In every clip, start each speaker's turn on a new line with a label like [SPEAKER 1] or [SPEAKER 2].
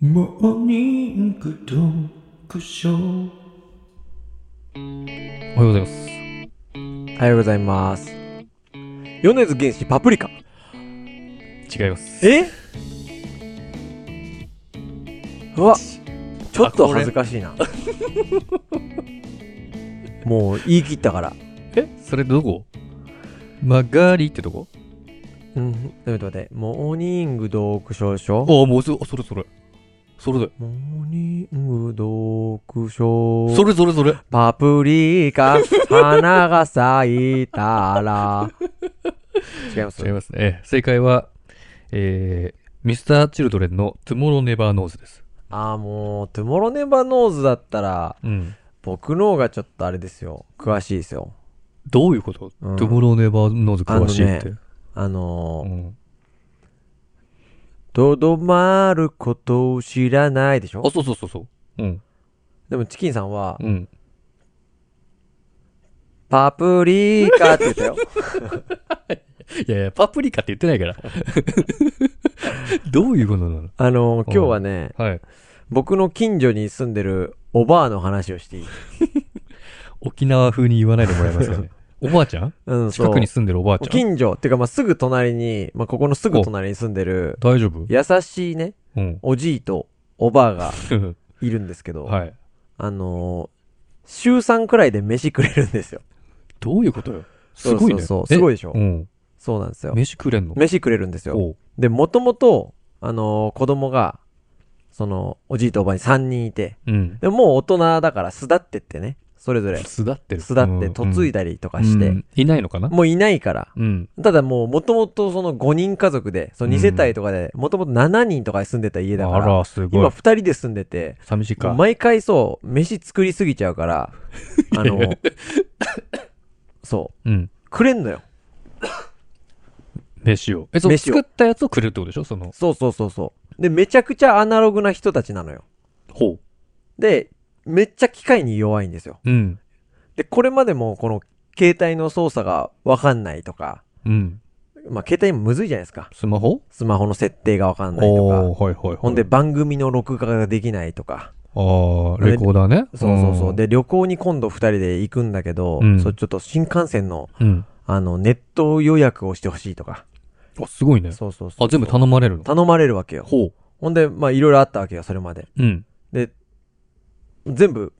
[SPEAKER 1] モーニングドンクショー
[SPEAKER 2] おはようございます。
[SPEAKER 3] おはようございます。米津玄師パプリカ。
[SPEAKER 2] 違います。
[SPEAKER 3] えうわ、ちょっ
[SPEAKER 2] あ
[SPEAKER 3] と
[SPEAKER 2] これ
[SPEAKER 3] 恥ずかしいな。もう言い切ったから。
[SPEAKER 2] えそれどこ曲がりってとこ
[SPEAKER 3] うん、待って待って、モーニング読書
[SPEAKER 2] あ、
[SPEAKER 3] 書。
[SPEAKER 2] もうそ、あそれそれ。それだよ。
[SPEAKER 3] モーニング読書。
[SPEAKER 2] それそれそれ。
[SPEAKER 3] パプリカ、花が咲いたら。違います
[SPEAKER 2] 違い。ますね。え正解は、えー、ミスター・チルドレンの Tomorrow Never Knows です。
[SPEAKER 3] あーもう、トゥモロネバノーズだったら、
[SPEAKER 2] うん。
[SPEAKER 3] 僕の方がちょっとあれですよ。詳しいですよ。
[SPEAKER 2] どういうこと、
[SPEAKER 3] うん
[SPEAKER 2] ?Tomorrow Never Knows 詳しいって。
[SPEAKER 3] あの
[SPEAKER 2] う
[SPEAKER 3] ー、
[SPEAKER 2] ん。
[SPEAKER 3] とどまることを知らないでし
[SPEAKER 2] あ、
[SPEAKER 3] ょ
[SPEAKER 2] そうそうそうそう。うん。
[SPEAKER 3] でもチキンさんは、
[SPEAKER 2] うん。
[SPEAKER 3] パプリカって言ったよ。
[SPEAKER 2] いやいや、パプリカって言って ないから。どういうことなの
[SPEAKER 3] あのー、今日はね、
[SPEAKER 2] はい。
[SPEAKER 3] 僕の近所に住んでるおばあの話をしていい。
[SPEAKER 2] 沖縄風に言わないでもらえますか ね。おばあちゃん
[SPEAKER 3] うん、そう
[SPEAKER 2] 近くに住んでるおばあちゃん
[SPEAKER 3] 近所、っていうかまあすぐ隣に、まあここのすぐ隣に住んでる、
[SPEAKER 2] 大丈夫
[SPEAKER 3] 優しいね、
[SPEAKER 2] うん。
[SPEAKER 3] おじいとおばあがいるんですけど、
[SPEAKER 2] はい。
[SPEAKER 3] あのー、週3くらいで飯くれるんですよ。
[SPEAKER 2] どういうことよ。すごいね。
[SPEAKER 3] そうそうそうすごい
[SPEAKER 2] え
[SPEAKER 3] でしょ
[SPEAKER 2] うん。
[SPEAKER 3] そうなんですよ。
[SPEAKER 2] 飯食れんの
[SPEAKER 3] 飯くれるんですよ。
[SPEAKER 2] おう
[SPEAKER 3] で、もともと、あのー子供が、その、おじいとおばあに3人いて、
[SPEAKER 2] うん。
[SPEAKER 3] でももう大人だから巣立ってってね、それぞれ、
[SPEAKER 2] 巣立ってる。
[SPEAKER 3] 巣立って嫁い
[SPEAKER 2] だ
[SPEAKER 3] だりとかして、
[SPEAKER 2] いないのかな
[SPEAKER 3] もういないから、
[SPEAKER 2] うん。
[SPEAKER 3] ただもう、もともとその5人家族で、その2世帯とかで、もともと7人とかで住んでた家だか
[SPEAKER 2] あ
[SPEAKER 3] ら、
[SPEAKER 2] ら、すご
[SPEAKER 3] 今
[SPEAKER 2] い。
[SPEAKER 3] 2人で住んでて、
[SPEAKER 2] 寂しい
[SPEAKER 3] もう
[SPEAKER 2] か。
[SPEAKER 3] 毎回そう、飯作りすぎちゃ うから、あのーそ
[SPEAKER 2] うん。
[SPEAKER 3] う、くれんのよ。
[SPEAKER 2] 飯を。え、そう、
[SPEAKER 3] 飯を
[SPEAKER 2] 作ったやつをくれるってことでしょその、
[SPEAKER 3] そうそうそうそう。で、めちゃくちゃアナログな人たちなのよ。
[SPEAKER 2] ほ
[SPEAKER 3] で、めっちゃ機械に弱いんですよ。
[SPEAKER 2] う。うん。
[SPEAKER 3] で、これまでもこの携帯の操作がわかんないとか、
[SPEAKER 2] うん。
[SPEAKER 3] まあ携帯もむずいじゃないですか。
[SPEAKER 2] スマホ
[SPEAKER 3] スマホの設定がわかんないとか、
[SPEAKER 2] おー、はいはいはい。
[SPEAKER 3] ほんで、番組の録画ができないとか、
[SPEAKER 2] あー、レコーダーね。
[SPEAKER 3] そうそうそう。
[SPEAKER 2] ん、
[SPEAKER 3] で、旅行に今度二人で行くんだけど、
[SPEAKER 2] うん
[SPEAKER 3] そうちょっと新幹線の、
[SPEAKER 2] うん。
[SPEAKER 3] あの、ネット予約をしてほしいとか、
[SPEAKER 2] あ、すごいね。
[SPEAKER 3] そうそうそう。
[SPEAKER 2] あ、全部頼まれるの
[SPEAKER 3] 頼まれるわけよ。
[SPEAKER 2] ほう。
[SPEAKER 3] ほんで、まあいろいろあったわけよ、それまで。
[SPEAKER 2] うん。
[SPEAKER 3] で、全部、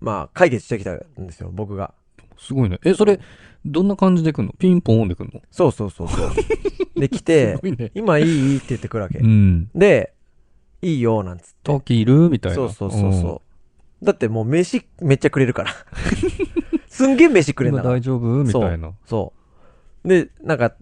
[SPEAKER 3] まあ解決してきたんですよ、僕が。
[SPEAKER 2] すごいね。え、それ、どんな感じで来んのピンポンで来んの
[SPEAKER 3] そうそうそうそう。 で、来て
[SPEAKER 2] す、ごいね。
[SPEAKER 3] 今いいって言ってくるわけ
[SPEAKER 2] う。ん。
[SPEAKER 3] で、いいよ、なんつって。
[SPEAKER 2] 時いるみたいな。
[SPEAKER 3] そうそうそうそう。だってもう飯めっちゃくれ るから。すんげえ飯くれん
[SPEAKER 2] 今
[SPEAKER 3] だから
[SPEAKER 2] 大。丈夫みたいな。
[SPEAKER 3] そう。で、なんか、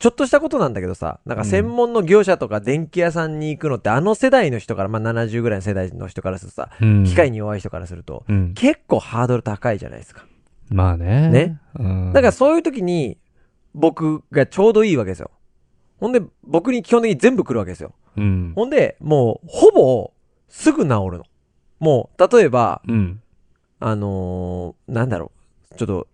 [SPEAKER 3] ちょっとしたことなんだけどさ、なんか専門の業者とか電気屋さんに行くのって、あの世代の人から、まあ70ぐらいの世代の人からするとさ、
[SPEAKER 2] うん
[SPEAKER 3] 機械に弱い人からすると、
[SPEAKER 2] うん。
[SPEAKER 3] 結構ハードル高いじゃないですか。
[SPEAKER 2] まあね。
[SPEAKER 3] ね。
[SPEAKER 2] うん。
[SPEAKER 3] だからそういう時に、僕がちょうどいいわけですよ。ほんで、僕に基本的に全部来るわけですよ。
[SPEAKER 2] うん。
[SPEAKER 3] ほんで、もう、ほぼ、すぐ治るの。もう、例えば、
[SPEAKER 2] うん。
[SPEAKER 3] あのーなんだろう、ちょっと、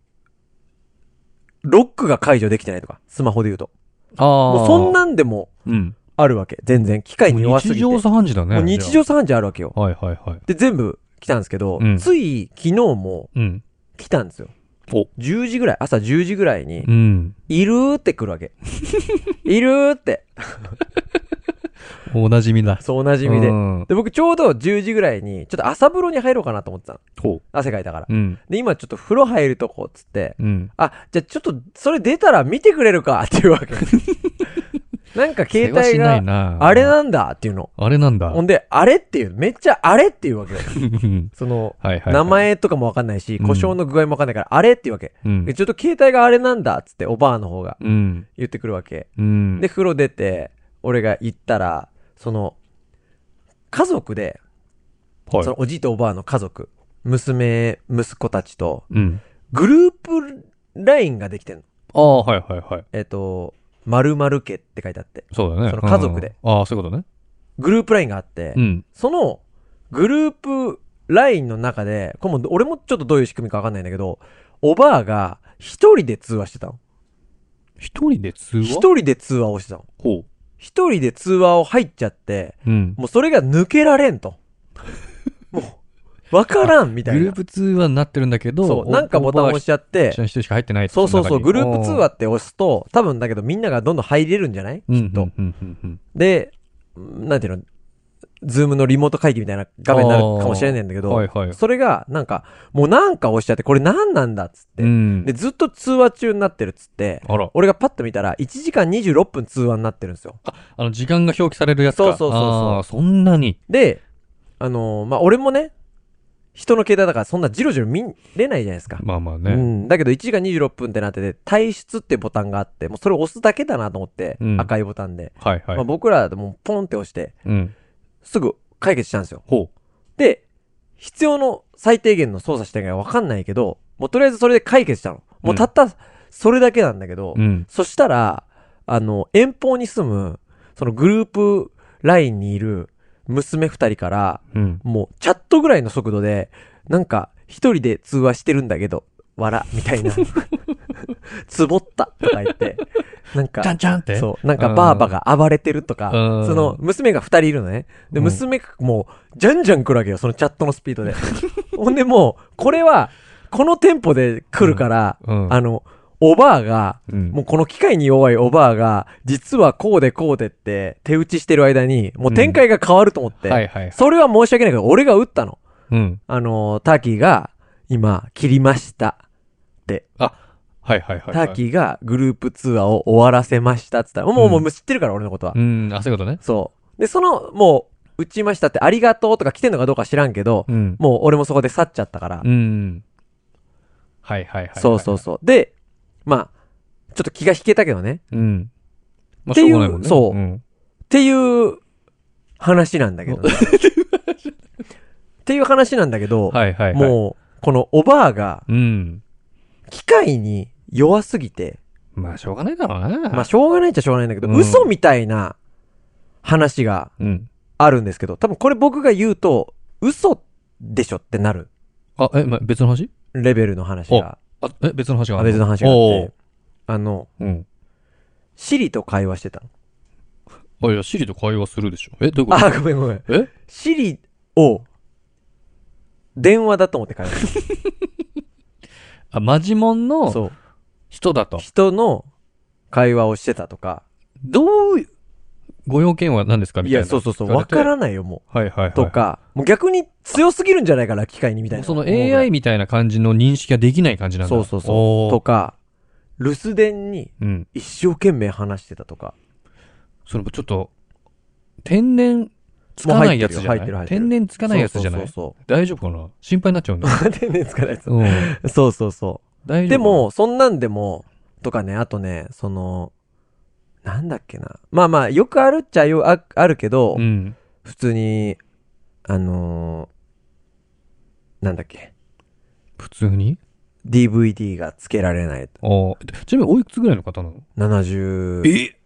[SPEAKER 3] ロックが解除できてないとか、スマホで言うと。
[SPEAKER 2] ああ。
[SPEAKER 3] もうそん、なんでも
[SPEAKER 2] うん。
[SPEAKER 3] あるわけ。全然。機械に
[SPEAKER 2] もう
[SPEAKER 3] 弱すぎ
[SPEAKER 2] 日
[SPEAKER 3] て。
[SPEAKER 2] 常
[SPEAKER 3] も
[SPEAKER 2] 茶飯事だね。
[SPEAKER 3] う日常茶飯事あるわけよ。
[SPEAKER 2] はいはいはい。
[SPEAKER 3] で、全部来たんですけど、
[SPEAKER 2] うん
[SPEAKER 3] つい昨日も
[SPEAKER 2] うん。
[SPEAKER 3] 来たんですよ。
[SPEAKER 2] お
[SPEAKER 3] 10時ぐらい、朝10時ぐらいに
[SPEAKER 2] う、ん。
[SPEAKER 3] いるーって来るわ け。いるーって。
[SPEAKER 2] おなじみだ。
[SPEAKER 3] そう、おなじみで
[SPEAKER 2] う。ん。
[SPEAKER 3] で、僕ちょうど10時ぐらいに、ちょっと朝風呂に入ろうかなと思ってたの。
[SPEAKER 2] ほ
[SPEAKER 3] 汗かいたから。
[SPEAKER 2] う。うん。
[SPEAKER 3] で、今ちょっと風呂入るとこっつって、
[SPEAKER 2] うん。
[SPEAKER 3] あ、じゃあちょっと、それ出たら見てくれるかって いうわ け。なんか携
[SPEAKER 2] 世話
[SPEAKER 3] 帯
[SPEAKER 2] しない
[SPEAKER 3] が、
[SPEAKER 2] な。
[SPEAKER 3] あれなんだっていうの。
[SPEAKER 2] あれなんだ。
[SPEAKER 3] ほんで、あれっていう、めっちゃあれってい うわけよ。
[SPEAKER 2] うん
[SPEAKER 3] その、
[SPEAKER 2] はいはいはい。
[SPEAKER 3] 名。前とかもわかんないし、
[SPEAKER 2] うん
[SPEAKER 3] 故障の具合もわかんないから、あれっていうわけ。
[SPEAKER 2] うん
[SPEAKER 3] で。ちょっと携帯があれなんだっつって、おばあの方が
[SPEAKER 2] うん。
[SPEAKER 3] 言ってくるわけ。
[SPEAKER 2] うん。
[SPEAKER 3] で、、風呂出て、俺が行ったら、その、家族で、
[SPEAKER 2] はい
[SPEAKER 3] そ。のおじいとおばあの家族、娘、息子たちと、
[SPEAKER 2] うん。
[SPEAKER 3] グループ LINE ができてんの。
[SPEAKER 2] ああ、はいはいはい。
[SPEAKER 3] えっ、と、〇〇家って書いてあって、
[SPEAKER 2] そうだね。
[SPEAKER 3] その家族で
[SPEAKER 2] うん。ああ、そういうことね。
[SPEAKER 3] グループラインがあって、
[SPEAKER 2] うん。
[SPEAKER 3] そのグループラインの中で、これも俺もちょっとどういう仕組みかわかんないんだけど、おばあが一人で通話してたの。
[SPEAKER 2] 一人で通話
[SPEAKER 3] 一人で通話をしてたの。
[SPEAKER 2] ほう。
[SPEAKER 3] 一人で通話を入っちゃって、
[SPEAKER 2] うん。
[SPEAKER 3] もうそれが抜けられん と。もう、わからんみた
[SPEAKER 2] グ
[SPEAKER 3] いな。
[SPEAKER 2] ループ通話になってるんだけど、
[SPEAKER 3] そう、なんかボタンを押しちゃっ
[SPEAKER 2] ゃ
[SPEAKER 3] て、
[SPEAKER 2] 知らん人しか入ってない
[SPEAKER 3] そうそうそう、グループ通話
[SPEAKER 2] き
[SPEAKER 3] って押すと、多分だけどみんながどんどん入れるんじゃない
[SPEAKER 2] うん、う
[SPEAKER 3] きっと。
[SPEAKER 2] んうんうんうん
[SPEAKER 3] で、なんていうの、ズームのリモート会議みたいな画面になるかもしれないんだけど、
[SPEAKER 2] はいはい。
[SPEAKER 3] それが、なんか、もうなんか押しちゃって、これ何なんだっつって、
[SPEAKER 2] うん
[SPEAKER 3] で、ずっと通話中になってるっつって、
[SPEAKER 2] あら、
[SPEAKER 3] 俺がパッと見たら、1時間26分通話になってるんですよ。
[SPEAKER 2] あの、時間が表記されるやつか。
[SPEAKER 3] そうそうそうそう
[SPEAKER 2] あーそんなに。
[SPEAKER 3] で、あのーまあ、俺もね、人の携帯だからそんなジロジロ見れないじゃないですか。
[SPEAKER 2] まあまあ
[SPEAKER 3] う
[SPEAKER 2] ね。
[SPEAKER 3] ん。だけど1時間26分ってなってて、退出ってボタンがあって、もうそれを押すだけだなと思って、
[SPEAKER 2] うん
[SPEAKER 3] 赤いボタンで。
[SPEAKER 2] はいはい。
[SPEAKER 3] まあ、僕らでもうポンって押して、
[SPEAKER 2] うん。
[SPEAKER 3] すぐ解決したんですよ。
[SPEAKER 2] ほ
[SPEAKER 3] で、必要の最低限の操作してないかわかんないけど、もうとりあえずそれで解決したの。もうたったそれだけなんだけど、
[SPEAKER 2] う。うん。
[SPEAKER 3] そしたら、あの、遠方に住む、そのグループ LINE にいる娘二人から、
[SPEAKER 2] うん。
[SPEAKER 3] もうチャットぐらいの速度で、なんか一人で通話してるんだけど、笑、みたい な。つぼったとか言って、なん
[SPEAKER 2] ちゃ
[SPEAKER 3] か
[SPEAKER 2] ん、ちゃんって
[SPEAKER 3] そう、なんかバーバが暴れてるとか
[SPEAKER 2] う、ん
[SPEAKER 3] その娘が二人いるのね。で、
[SPEAKER 2] うん
[SPEAKER 3] 娘がもう、じゃんじゃん来るわけよ、そのチャットのスピー ドで。ほんでもう、これは、このテンポで来るから、
[SPEAKER 2] うん
[SPEAKER 3] あの、おばあが、
[SPEAKER 2] うん。
[SPEAKER 3] もうこの機械に弱いおばあが、実はこうでこうでって手打ちしてる間に、もう展開が変わると思って、
[SPEAKER 2] はいはいはい。
[SPEAKER 3] それは申し訳ないけど、俺が打ったの。
[SPEAKER 2] うん。
[SPEAKER 3] あのーターキーが、今、切りました。
[SPEAKER 2] はいはいはいはい。
[SPEAKER 3] ターキーがグループ通話を終わらせましたっつったら、もう、もう
[SPEAKER 2] うん
[SPEAKER 3] もう知ってるから、俺のことは。
[SPEAKER 2] うん。あ、そういうことね。
[SPEAKER 3] そう。で、その、もう、打ちましたって、ありがとうとか来てんのかどうか知らんけど、
[SPEAKER 2] うん。
[SPEAKER 3] もう俺もそこで去っちゃったから
[SPEAKER 2] う。ん。はいはいはいはい。
[SPEAKER 3] そうそうそう。で、まあ、ちょっと気が引けたけどね。
[SPEAKER 2] う。うん。まあ、
[SPEAKER 3] って
[SPEAKER 2] しょ
[SPEAKER 3] いう
[SPEAKER 2] うがないもんね。
[SPEAKER 3] そうんっていう話なんだけどね、 っていう話なんだけど、
[SPEAKER 2] はいはいはい。
[SPEAKER 3] もう、このおばあが、
[SPEAKER 2] うん。
[SPEAKER 3] 機械に弱すぎて、
[SPEAKER 2] まあ、しょうがないだろうな。
[SPEAKER 3] まあ、しょうがないっちゃしょうがないんだけど、
[SPEAKER 2] うん
[SPEAKER 3] 嘘みたいな話が
[SPEAKER 2] うん。
[SPEAKER 3] あるんですけど、多分これ僕が言うと、嘘でしょってなる
[SPEAKER 2] あ、え、まあ、別の話
[SPEAKER 3] レベルの話が、
[SPEAKER 2] あ、え、別の話が
[SPEAKER 3] あ
[SPEAKER 2] ある
[SPEAKER 3] 別の話があって、あの、
[SPEAKER 2] おーうん。
[SPEAKER 3] シリと会話してたの。
[SPEAKER 2] あ、いや、シリと会話するでしょ。え、どういうこと
[SPEAKER 3] あ、ごめんごめん。
[SPEAKER 2] え
[SPEAKER 3] シリを、電話だと思って会話して
[SPEAKER 2] あ、マジモン
[SPEAKER 3] た。
[SPEAKER 2] の
[SPEAKER 3] そう。
[SPEAKER 2] 人だと。
[SPEAKER 3] 人の会話をしてたとか、
[SPEAKER 2] どういう、ご用件は何ですかみ
[SPEAKER 3] い
[SPEAKER 2] たいな。
[SPEAKER 3] や、そうそうそう、
[SPEAKER 2] 聞
[SPEAKER 3] わ
[SPEAKER 2] れて
[SPEAKER 3] からないよ、も。。
[SPEAKER 2] はいはいはいう
[SPEAKER 3] とか、もう逆に強すぎるんじゃないかな、機械にみた
[SPEAKER 2] も
[SPEAKER 3] い
[SPEAKER 2] う
[SPEAKER 3] な。
[SPEAKER 2] その AI みたいな感じの認識ができない感じなんだ
[SPEAKER 3] そうそうそ
[SPEAKER 2] お
[SPEAKER 3] う。
[SPEAKER 2] ー
[SPEAKER 3] とか、留守電に
[SPEAKER 2] うん。
[SPEAKER 3] 一生懸命話してたとか。
[SPEAKER 2] それもちょっと、天然つかないやつじゃ
[SPEAKER 3] も
[SPEAKER 2] な
[SPEAKER 3] う入ってる入
[SPEAKER 2] い
[SPEAKER 3] ってる入ってる
[SPEAKER 2] 天然つかないやつじゃない
[SPEAKER 3] そう
[SPEAKER 2] 大丈夫かな心配になっちゃうんだよ。
[SPEAKER 3] そう そう。天然つかないやつ。
[SPEAKER 2] うん。
[SPEAKER 3] そうそうそ
[SPEAKER 2] 大丈夫
[SPEAKER 3] う。 で、も、そんなんでも、とかね、あとね、その、なんだっけな。まあまあ、よくあるっちゃよああるけど、
[SPEAKER 2] うん。
[SPEAKER 3] 普通に、あのーなんだっけ。
[SPEAKER 2] 普通に
[SPEAKER 3] DVD がつけられない。
[SPEAKER 2] あーちなみにおいくつぐらいの方なの
[SPEAKER 3] 70。
[SPEAKER 2] え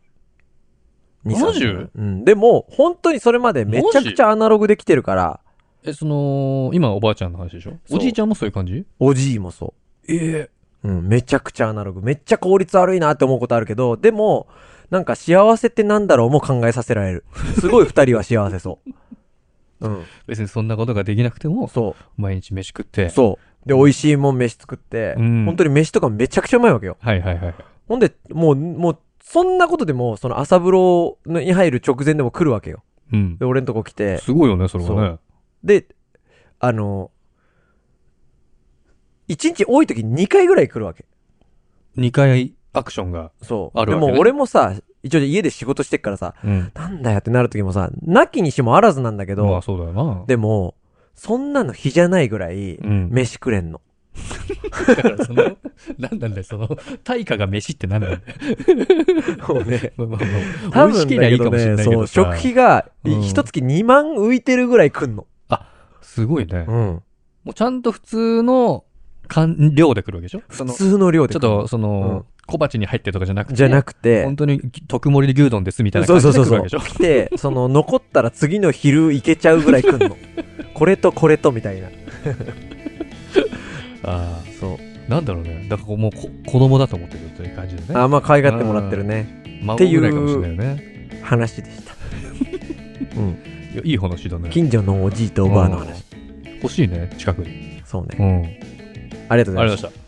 [SPEAKER 3] 2
[SPEAKER 2] 70
[SPEAKER 3] うん。でも、本当にそれまでめちゃくちゃアナログできてるから、
[SPEAKER 2] え、その、今おばあちゃんの話でしょ
[SPEAKER 3] そう
[SPEAKER 2] おじいちゃんもそういう感じ
[SPEAKER 3] おじいもそ
[SPEAKER 2] ええ。
[SPEAKER 3] う。うん。めちゃくちゃアナログ。めっちゃ効率悪いなって思うことあるけど、でも、なんか幸せってなんだろうも考えさせら れる。すごい二人は幸せそう。うん。
[SPEAKER 2] 別にそんなことができなくても、
[SPEAKER 3] そ
[SPEAKER 2] 毎日飯食っ
[SPEAKER 3] う。
[SPEAKER 2] て。
[SPEAKER 3] そう。で、美味しいもん飯作って、
[SPEAKER 2] うん
[SPEAKER 3] 本当に飯とかめちゃくちゃうまいわけよ。
[SPEAKER 2] はいはいはい。
[SPEAKER 3] ほんで、もう、もう、そんなことでも、その朝風呂に入る直前でも来るわけよ。
[SPEAKER 2] うん
[SPEAKER 3] で、。俺んとこ来て、
[SPEAKER 2] すごいよね、それはね。
[SPEAKER 3] で、あの、一日多い時に2回ぐらい来るわけ。
[SPEAKER 2] 2回アクションが。
[SPEAKER 3] そう。
[SPEAKER 2] あるわけね
[SPEAKER 3] でも俺もさ、一応家で仕事してっからさ、
[SPEAKER 2] うん。
[SPEAKER 3] なんだよってなる時もさ、なきにしもあらずなんだけど、
[SPEAKER 2] まあそうだよな。
[SPEAKER 3] でも、そんなの日じゃないぐらい、
[SPEAKER 2] うん。
[SPEAKER 3] 飯くれんの。
[SPEAKER 2] だからその、 なんなんだよ、その、対価が飯ってなんなんだよ。
[SPEAKER 3] もうね、
[SPEAKER 2] まあまあまあ
[SPEAKER 3] 多
[SPEAKER 2] 美味し
[SPEAKER 3] 分
[SPEAKER 2] けりゃ
[SPEAKER 3] だ
[SPEAKER 2] い
[SPEAKER 3] け
[SPEAKER 2] いか
[SPEAKER 3] ど
[SPEAKER 2] もしれ
[SPEAKER 3] ね、
[SPEAKER 2] ないけ
[SPEAKER 3] そ
[SPEAKER 2] ど
[SPEAKER 3] う、
[SPEAKER 2] さ
[SPEAKER 3] 食費が、
[SPEAKER 2] うん
[SPEAKER 3] 一月2万浮いてるぐらいくんの。
[SPEAKER 2] すごいね。も
[SPEAKER 3] うん。
[SPEAKER 2] うちゃんと普通の感量で来るわけでしょそ
[SPEAKER 3] 普
[SPEAKER 2] のち
[SPEAKER 3] 通の量で
[SPEAKER 2] ょっ
[SPEAKER 3] 来るの。
[SPEAKER 2] と、その、小鉢に入ってとかじゃなくて。
[SPEAKER 3] じゃな
[SPEAKER 2] く
[SPEAKER 3] くて、
[SPEAKER 2] 本当に特盛りで牛丼ですみたいな
[SPEAKER 3] そ
[SPEAKER 2] 感
[SPEAKER 3] うそ
[SPEAKER 2] じ
[SPEAKER 3] う
[SPEAKER 2] で
[SPEAKER 3] そ
[SPEAKER 2] 来
[SPEAKER 3] う
[SPEAKER 2] る
[SPEAKER 3] そ
[SPEAKER 2] わ
[SPEAKER 3] う
[SPEAKER 2] けでしょ
[SPEAKER 3] 来てその残ったら次の昼行けちゃうぐらい来 んのこれとこれとみたいな
[SPEAKER 2] ああ、
[SPEAKER 3] そう
[SPEAKER 2] なんだろうね。だからこうもうこ子供だと思ってるという感じでね。
[SPEAKER 3] あーまあ可愛がってもらってるね
[SPEAKER 2] 孫ぐらいかもしれないよね。
[SPEAKER 3] 話でした。うん、
[SPEAKER 2] いやいい話だね。
[SPEAKER 3] 近所のおじいとおばあの話。
[SPEAKER 2] 欲しいね、近くに。
[SPEAKER 3] そうね。
[SPEAKER 2] うん。あり
[SPEAKER 3] ありがと
[SPEAKER 2] がとうござ
[SPEAKER 3] うござい
[SPEAKER 2] い
[SPEAKER 3] ま
[SPEAKER 2] ま
[SPEAKER 3] し。
[SPEAKER 2] したた。